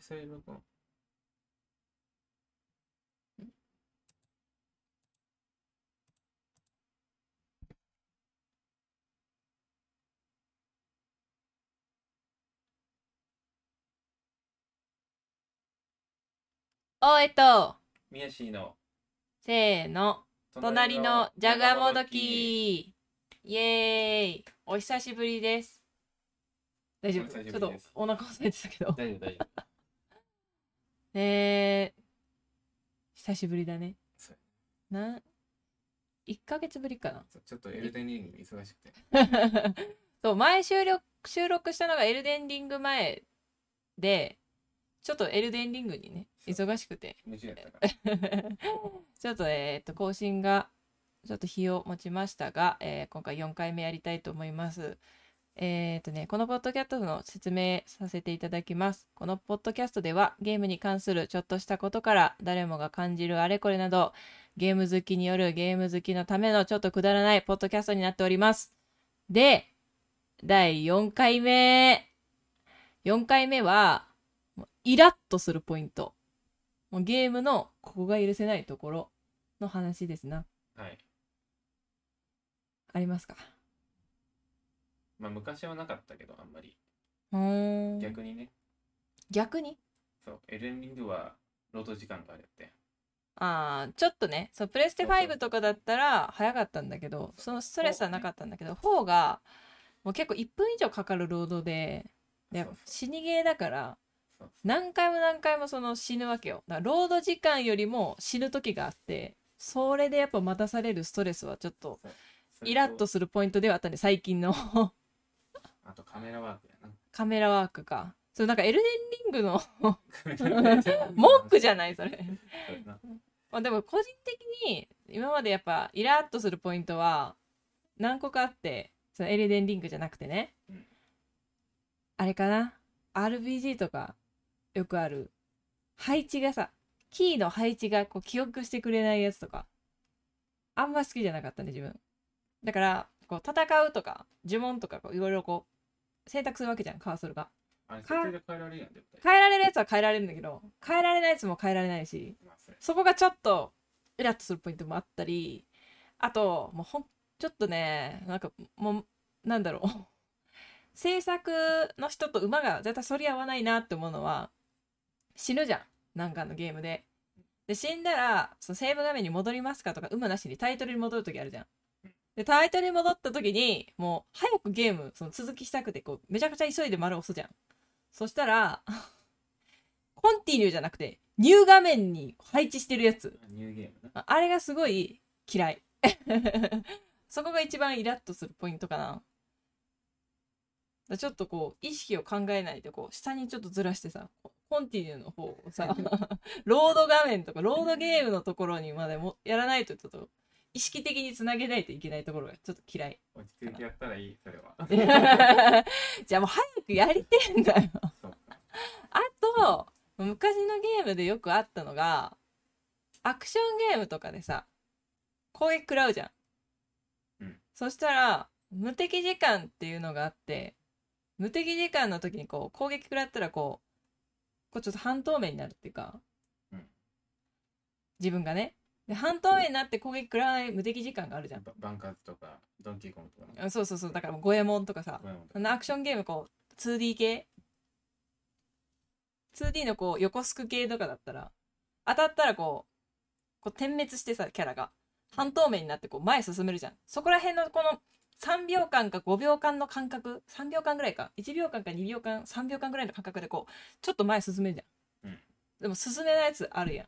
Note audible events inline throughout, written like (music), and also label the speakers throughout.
Speaker 1: セーブが。ん
Speaker 2: おえっと、
Speaker 1: ミヤシーの
Speaker 2: せーの、隣のじゃがもど。き。イエーイ。お久しぶりです。大丈
Speaker 1: お
Speaker 2: 夫
Speaker 1: 久しぶり
Speaker 2: ち
Speaker 1: で
Speaker 2: ょ
Speaker 1: す
Speaker 2: っとお腹押さえてたけど。ね
Speaker 1: 大丈夫大丈夫。
Speaker 2: え、久しぶりだね
Speaker 1: そう。
Speaker 2: なん、1ヶ月ぶりか
Speaker 1: そうちょっとエルデンリング忙しくて。
Speaker 2: な。 (laughs) そう、前収録、収録したのがエルデンリング前で、ちょっとエルデンリングにね、忙しくて。
Speaker 1: 夢中やったから。
Speaker 2: (laughs) ちょっと,、えーっと更新がちょっと日を持ちましたが、えー今回4回目やりたいと思います。えーっとね、このポッドキャストの説明させていただきます。このポッドキャストではゲームに関するちょっとしたことから誰もが感じるあれこれなどゲーム好きによるゲーム好きのためのちょっとくだらないポッドキャストになっております。で、第4回目。4回目は、もうイラッとするポイント。もうゲームのここが許せないところの話ですな。
Speaker 1: はい。
Speaker 2: ありますか
Speaker 1: まあ昔はなかったけど、あんまり。
Speaker 2: 逆
Speaker 1: 逆にね、
Speaker 2: 逆に
Speaker 1: そう、エルデンリングはロード時間があるって。
Speaker 2: ああ、ちょっとね、そう、プレステ
Speaker 1: そうそうそう
Speaker 2: 5とかだったら早かったんだけど、そのストレスはなかったんだけど、4がもう結構1分以上かかる労働で、で
Speaker 1: そう
Speaker 2: 死にゲーだから、
Speaker 1: そうそう
Speaker 2: 何回も何回もその死ぬわけよ。だから、労働時間よりも死ぬ時があって、それでやっぱ待たされるストレスはちょっと、
Speaker 1: それ
Speaker 2: イラッとするポイントではあったね、最近の。 (laughs)
Speaker 1: あとカメラワークやな。
Speaker 2: カメラワークか。そう、なんかエルデンリングの
Speaker 1: カメラワークやな
Speaker 2: 文句じゃない、それ。
Speaker 1: そうやな
Speaker 2: まあでも個人的に、今までやっぱイラッとするポイントは何個かあって、そのエルデンリングじゃなくてね。
Speaker 1: うん
Speaker 2: あれかな ?RPG とかよくある。配置がさ、キーの配置がこう記憶してくれないやつとか。あんま好きじゃなかったね、自分。だから、こう戦うとか、呪文とかこういろいろこう選択するわけじゃん、カーソルが。
Speaker 1: あれ、設定で変えられるやん、でも。
Speaker 2: 変えられるやつは変えられるんだけど変えられないやつも変えられないし
Speaker 1: まあそれ
Speaker 2: そこがちょっとイラッとするポイントもあったりあともうほんちょっとねなんかもうなんだろう (laughs) 制作の人と馬が絶対反り合わないなって思うのは死ぬじゃんなんかのゲームで。で死んだらそのセーブ画面に戻りますかとか馬なしにタイトルに戻る時あるじゃん。でタイトルに戻った時にもう早くゲームその続きしたくてこうめちゃくちゃ急いで丸押すじゃん。そしたら (laughs) コンティニューじゃなくてニュー画面に配置してるやつ
Speaker 1: ニューゲームな。
Speaker 2: ああれがすごい嫌い (laughs) そこが一番イラッとするポイントかなだからちょっとこう意識を考えないでこう下にちょっとずらしてさコンティニューの方をさロード画面とかロードゲームのところにまでもやらないとちょっと意識的につなげないといけないところがちょっと嫌い
Speaker 1: 落ち着いてやったらいい、それは。
Speaker 2: じゃあもう早くやりてえんだよ
Speaker 1: そうか。
Speaker 2: あと、昔のゲームでよくあったのが、アクションゲームとかでさ、攻撃食らうじゃん。
Speaker 1: うん
Speaker 2: そしたら、無敵時間っていうのがあって、無敵時間の時にこう、攻撃食らったらこう、こうちょっと半透明になるっていうか、
Speaker 1: うん
Speaker 2: 自分がね。で、半透明になって攻撃食らわない無敵時間があるじゃん。
Speaker 1: ババンカーズとか、ドンキーコングとかね。
Speaker 2: あそうそうそう、だからもう五右衛門とかさ、
Speaker 1: ごめんごめん
Speaker 2: あのアクションゲームこう 2D 系 2D のこう横スク系とかだったら当たったらこうこう点滅してさキャラが半透明になってこう前進めるじゃんそこら辺のこの3秒間か5秒間の間隔3秒間ぐらいか1秒間か2秒間3秒間ぐらいの間隔でこうちょっと前進めるじゃん、
Speaker 1: うん
Speaker 2: でも進めないやつあるやん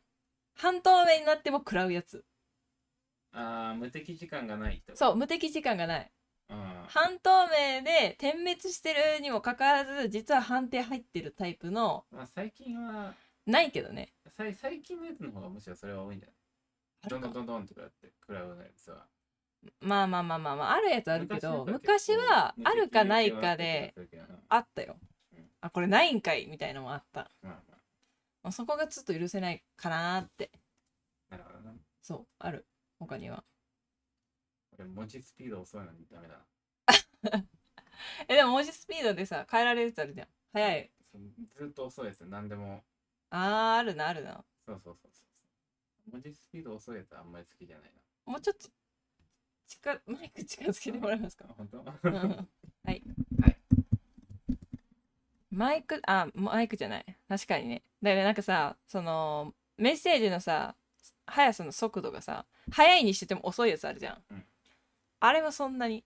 Speaker 2: 半透明になっても食らうやつ
Speaker 1: あー無敵時間がないと。
Speaker 2: そう無敵時間がない
Speaker 1: うん。
Speaker 2: 半透明で点滅してるにもかかわらず実は判定入ってるタイプの
Speaker 1: まあ、最近は、
Speaker 2: ないけどね
Speaker 1: 最最近のやつの方がむしろそれは多いんじゃない
Speaker 2: あ
Speaker 1: ど
Speaker 2: る
Speaker 1: んどん
Speaker 2: か
Speaker 1: どんどんとかやって食らうやつは。
Speaker 2: まあまあまあまあ、まあ、あるやつあるけど昔
Speaker 1: の
Speaker 2: は
Speaker 1: 結構
Speaker 2: あるかないかで。
Speaker 1: 無敵時間はあった気がするけどな
Speaker 2: あっ
Speaker 1: う
Speaker 2: たよ
Speaker 1: ん
Speaker 2: あこれないんかいみたいのもあった
Speaker 1: まあま
Speaker 2: まあそこがちょっと許せないかなーって
Speaker 1: あ、なるほどな。
Speaker 2: そうある他には
Speaker 1: 俺、文字スピード遅いのにダメだな。
Speaker 2: えでも文字スピードでさ変えられるやつあるじゃん早い
Speaker 1: ずっと遅いですよ。何でも。
Speaker 2: あーあるなあるな
Speaker 1: そうそうそうそう。文字スピード遅いやつはあんまり好きじゃないな。
Speaker 2: もうちょっと近マイク近づけてもらえますか
Speaker 1: あ、本当 (laughs)
Speaker 2: うんはい
Speaker 1: はい
Speaker 2: マイクあマイクじゃない確かにねだよねなんかさそのメッセージのさ速さの速度がさ速いにしてても遅いやつあるじゃん、
Speaker 1: うん
Speaker 2: あれはそんなに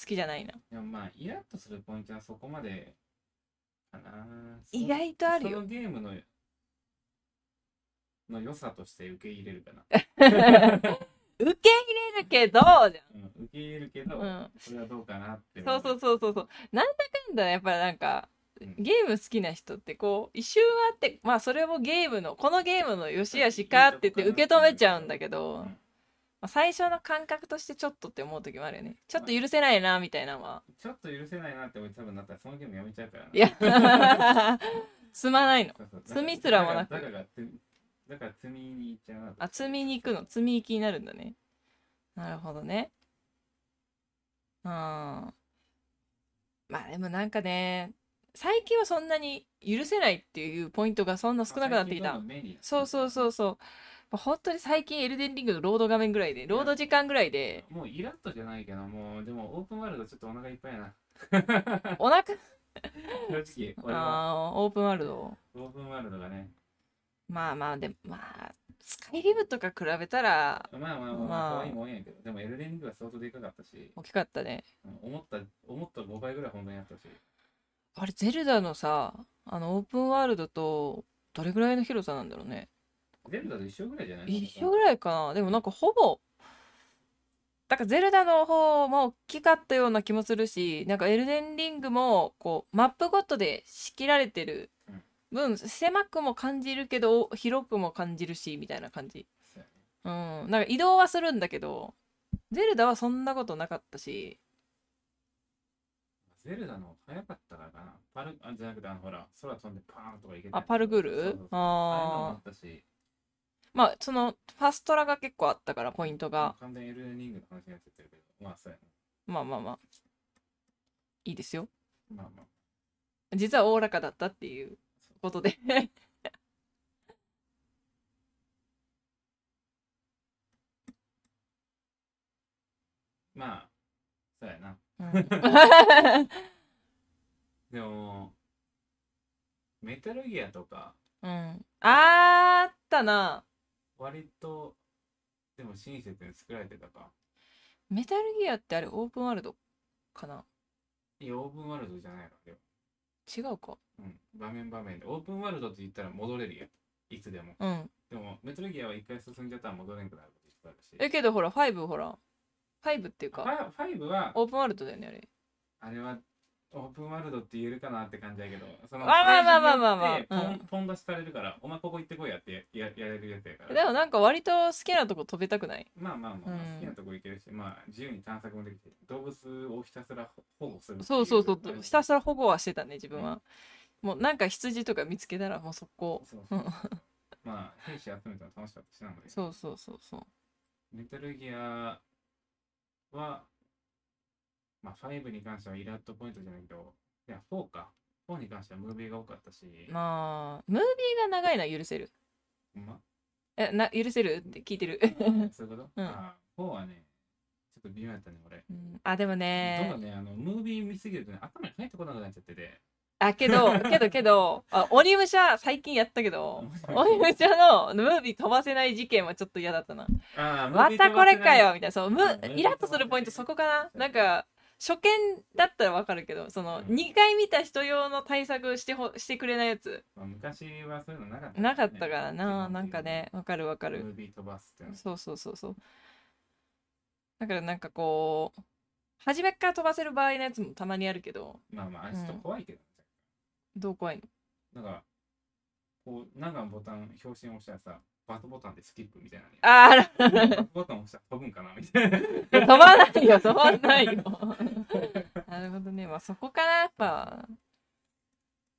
Speaker 2: 好きじゃないな
Speaker 1: でもまあ、イラッとするポイントはそこまでかな。
Speaker 2: 意外とある
Speaker 1: そ
Speaker 2: よ
Speaker 1: のゲームのの良さとして受け入れるかな。
Speaker 2: (laughs) 受け入れるけどじゃん
Speaker 1: うん、受け入れるけど、
Speaker 2: うん
Speaker 1: それはどうかなって
Speaker 2: そうそうそうそうそうなんだかんだやっぱなんか
Speaker 1: うん
Speaker 2: ゲーム好きな人ってこう一周あってまあそれもゲームのこのゲームの良し悪しかって言って受け止めちゃうんだけど、
Speaker 1: うん
Speaker 2: まあ、最初の感覚としてちょっとって思う時もあるよねちょっと許せないなみたいなのは
Speaker 1: ちょっと許せないなって俺多分なったらそのゲームやめちゃうからな。
Speaker 2: いや (laughs) すまないの
Speaker 1: そうそう、
Speaker 2: 罪すらもなく
Speaker 1: だから、だから罪だから罪に行っちゃうなと。
Speaker 2: あ積みに行くの積み行きになるんだねなるほどねうんまあでもなんかね最近はそんなに許せないっていうポイントがそんな少なくなってき
Speaker 1: 最近
Speaker 2: た
Speaker 1: どんどん便利になってきた
Speaker 2: そうそうそうそう。まあ本当に最近エルデンリングのロード画面ぐらいで、ロード時間ぐら
Speaker 1: (laughs)
Speaker 2: いで、
Speaker 1: もうイラッとじゃないけど、もう、でもオープンワールドちょっとお腹いっぱいや
Speaker 2: (laughs)
Speaker 1: な。
Speaker 2: お腹、
Speaker 1: 正直、俺は
Speaker 2: あーオープンワールド。
Speaker 1: オープンワールドがね。
Speaker 2: まあまあ、でも、まあ、スカイリブとか比べたら
Speaker 1: まあまあまあ、
Speaker 2: まあ
Speaker 1: 可愛いもんやけど、でもエルデンリングは相当でかかったし、
Speaker 2: 大きかったね。
Speaker 1: うん思った、思った5倍ぐらい本当にあったし、
Speaker 2: あれ、ゼルダのさ、あの、オープンワールドと、どれぐらいの広さなんだろうね。
Speaker 1: ゼルダと一緒ぐらいじゃない
Speaker 2: 一緒ぐらいかな。でもなんかほぼ、だからゼルダの方も大きかったような気もするし、なんかエルデンリングもこうマップごとで仕切られてる分、狭くも感じるけど広くも感じるしみたいな感じ。
Speaker 1: そうやね
Speaker 2: うん。なんか移動はするんだけど、ゼルダはそんなことなかったし、
Speaker 1: ゼルダの早かったからかな。パル、あ、じゃなくて、あの、ほら、空飛んでパーンとか行けた
Speaker 2: あ、
Speaker 1: やつ
Speaker 2: パルグー
Speaker 1: そう
Speaker 2: ル
Speaker 1: そうそうあれのもあ
Speaker 2: ああ
Speaker 1: っ。たし、
Speaker 2: まあそのファストラが結構あったからポイントが、
Speaker 1: 完全にエルデンリングの話になっちゃってるけど、まあ、そうや
Speaker 2: まあまあまあ、いいですよ。
Speaker 1: な。まあまあ。
Speaker 2: 実はおおらかだったっていうことで
Speaker 1: まあ、そうやな。
Speaker 2: うん
Speaker 1: でも、メタルギアとか、
Speaker 2: うん。あったな。
Speaker 1: 割と、でも親切に作られてたか。
Speaker 2: メタルギアってあれオープンワールドかない
Speaker 1: や、オープンワールドじゃないのよ。
Speaker 2: 違うか。
Speaker 1: うん、場面場面で。オープンワールドって言ったら戻れるやん。いつでも。
Speaker 2: うん。
Speaker 1: でも、メタルギアは一回進んじゃったら戻れんくなることいっぱいあるし。
Speaker 2: え、けどほら、5ほら。5っていう
Speaker 1: フ
Speaker 2: か、
Speaker 1: ァイブは、
Speaker 2: オープンワールドだよね、あれ。
Speaker 1: あれはオープンワールドって言えるかなって感じだけど、その
Speaker 2: まあまあまあまあまあまあ
Speaker 1: サイズによって
Speaker 2: う
Speaker 1: ポンポン出しされるから、お前ここ行ってこいやってやややれるやつやから。
Speaker 2: でもなんか割と好きなとこ飛べたくない
Speaker 1: まあまあまあま
Speaker 2: う
Speaker 1: あ、
Speaker 2: ん
Speaker 1: 好きなとこ行けるし、まあ自由に探索もできて、動物をひたすら保護するってい
Speaker 2: そうそうそう
Speaker 1: あれ。
Speaker 2: ひたすら保護はしてたね、自分は。もうなんか羊とか見つけたらもうそこ。
Speaker 1: そうそうそうまあ、兵士集めたの楽しかったしなので、
Speaker 2: そうそうそうそう。
Speaker 1: メタルギアは、まあ5に関してはイラッとポイントじゃないけど、いや、4か。4に関してはムービーが多かったし、
Speaker 2: まあ、ムービーが長いのは許せる。
Speaker 1: ほんま
Speaker 2: え、な、許せるって聞いてる。
Speaker 1: そういうこと、
Speaker 2: うん
Speaker 1: あー4はね、ちょっと微妙やったね、俺。
Speaker 2: (laughs) うんあ、でもね。
Speaker 1: どうもね、あの、ムービー見すぎるとね、頭に入ってこなくなっちゃってて。
Speaker 2: あ、けど、けど、けど、あ、鬼武者、最近やったけど、鬼武者のムービー飛ばせない事件はちょっと嫌だったな。
Speaker 1: あームー
Speaker 2: ま
Speaker 1: ビー
Speaker 2: たこれ
Speaker 1: 飛ば
Speaker 2: か
Speaker 1: せない
Speaker 2: よ、みたいな。そう、む
Speaker 1: うんムービー飛ばせない
Speaker 2: イラッとするポイントそこかな。なんか、初見だったらわかるけど、その、
Speaker 1: うん
Speaker 2: 2回見た人用の対策してほ、してくれないやつ、
Speaker 1: まあ昔はそういうのなかった、
Speaker 2: なかったから
Speaker 1: 基
Speaker 2: な。
Speaker 1: 本的に
Speaker 2: なんかね、わかるわか
Speaker 1: ム
Speaker 2: る。
Speaker 1: ービー飛ばすっていうの。
Speaker 2: そうそうそうそう。だからなんかこう、初めっから飛ばせる場合のやつもたまにあるけど、
Speaker 1: まあまあ、あれちょっと怖いけど、
Speaker 2: どう怖いの
Speaker 1: なんか、こう、長のボタン、表紙を押したらさ、バトボタンでスキップみたいなのや
Speaker 2: あーあら、
Speaker 1: バトボタン押したら飛ぶんかなみたい
Speaker 2: (laughs)
Speaker 1: な。
Speaker 2: 飛ばないよ飛ばないよなるほどねまあそこかなやっぱ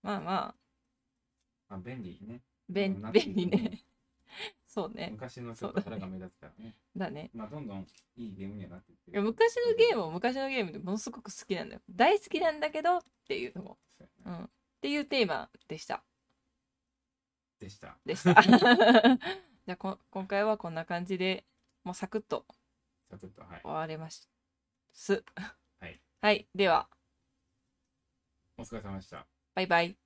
Speaker 2: まあまあ
Speaker 1: まあ、便利ね。
Speaker 2: 便
Speaker 1: うん
Speaker 2: 便利ねそうね
Speaker 1: 昔のちょっと腹が目立つからね。
Speaker 2: だね
Speaker 1: まあ、どんどんいいゲームにはなっていって
Speaker 2: いや昔のゲームは昔のゲームでものすごく好きなんだよ大好きなんだけどっていうのも
Speaker 1: そうやな
Speaker 2: うんっていうテーマでした。
Speaker 1: でした。(laughs)
Speaker 2: で (laughs) した。じゃあこ今回はこんな感じでもうサクッと
Speaker 1: サクッと、はい。
Speaker 2: 終われます。す
Speaker 1: はい。
Speaker 2: はい。では、
Speaker 1: お疲れ様でした。
Speaker 2: バイバイ。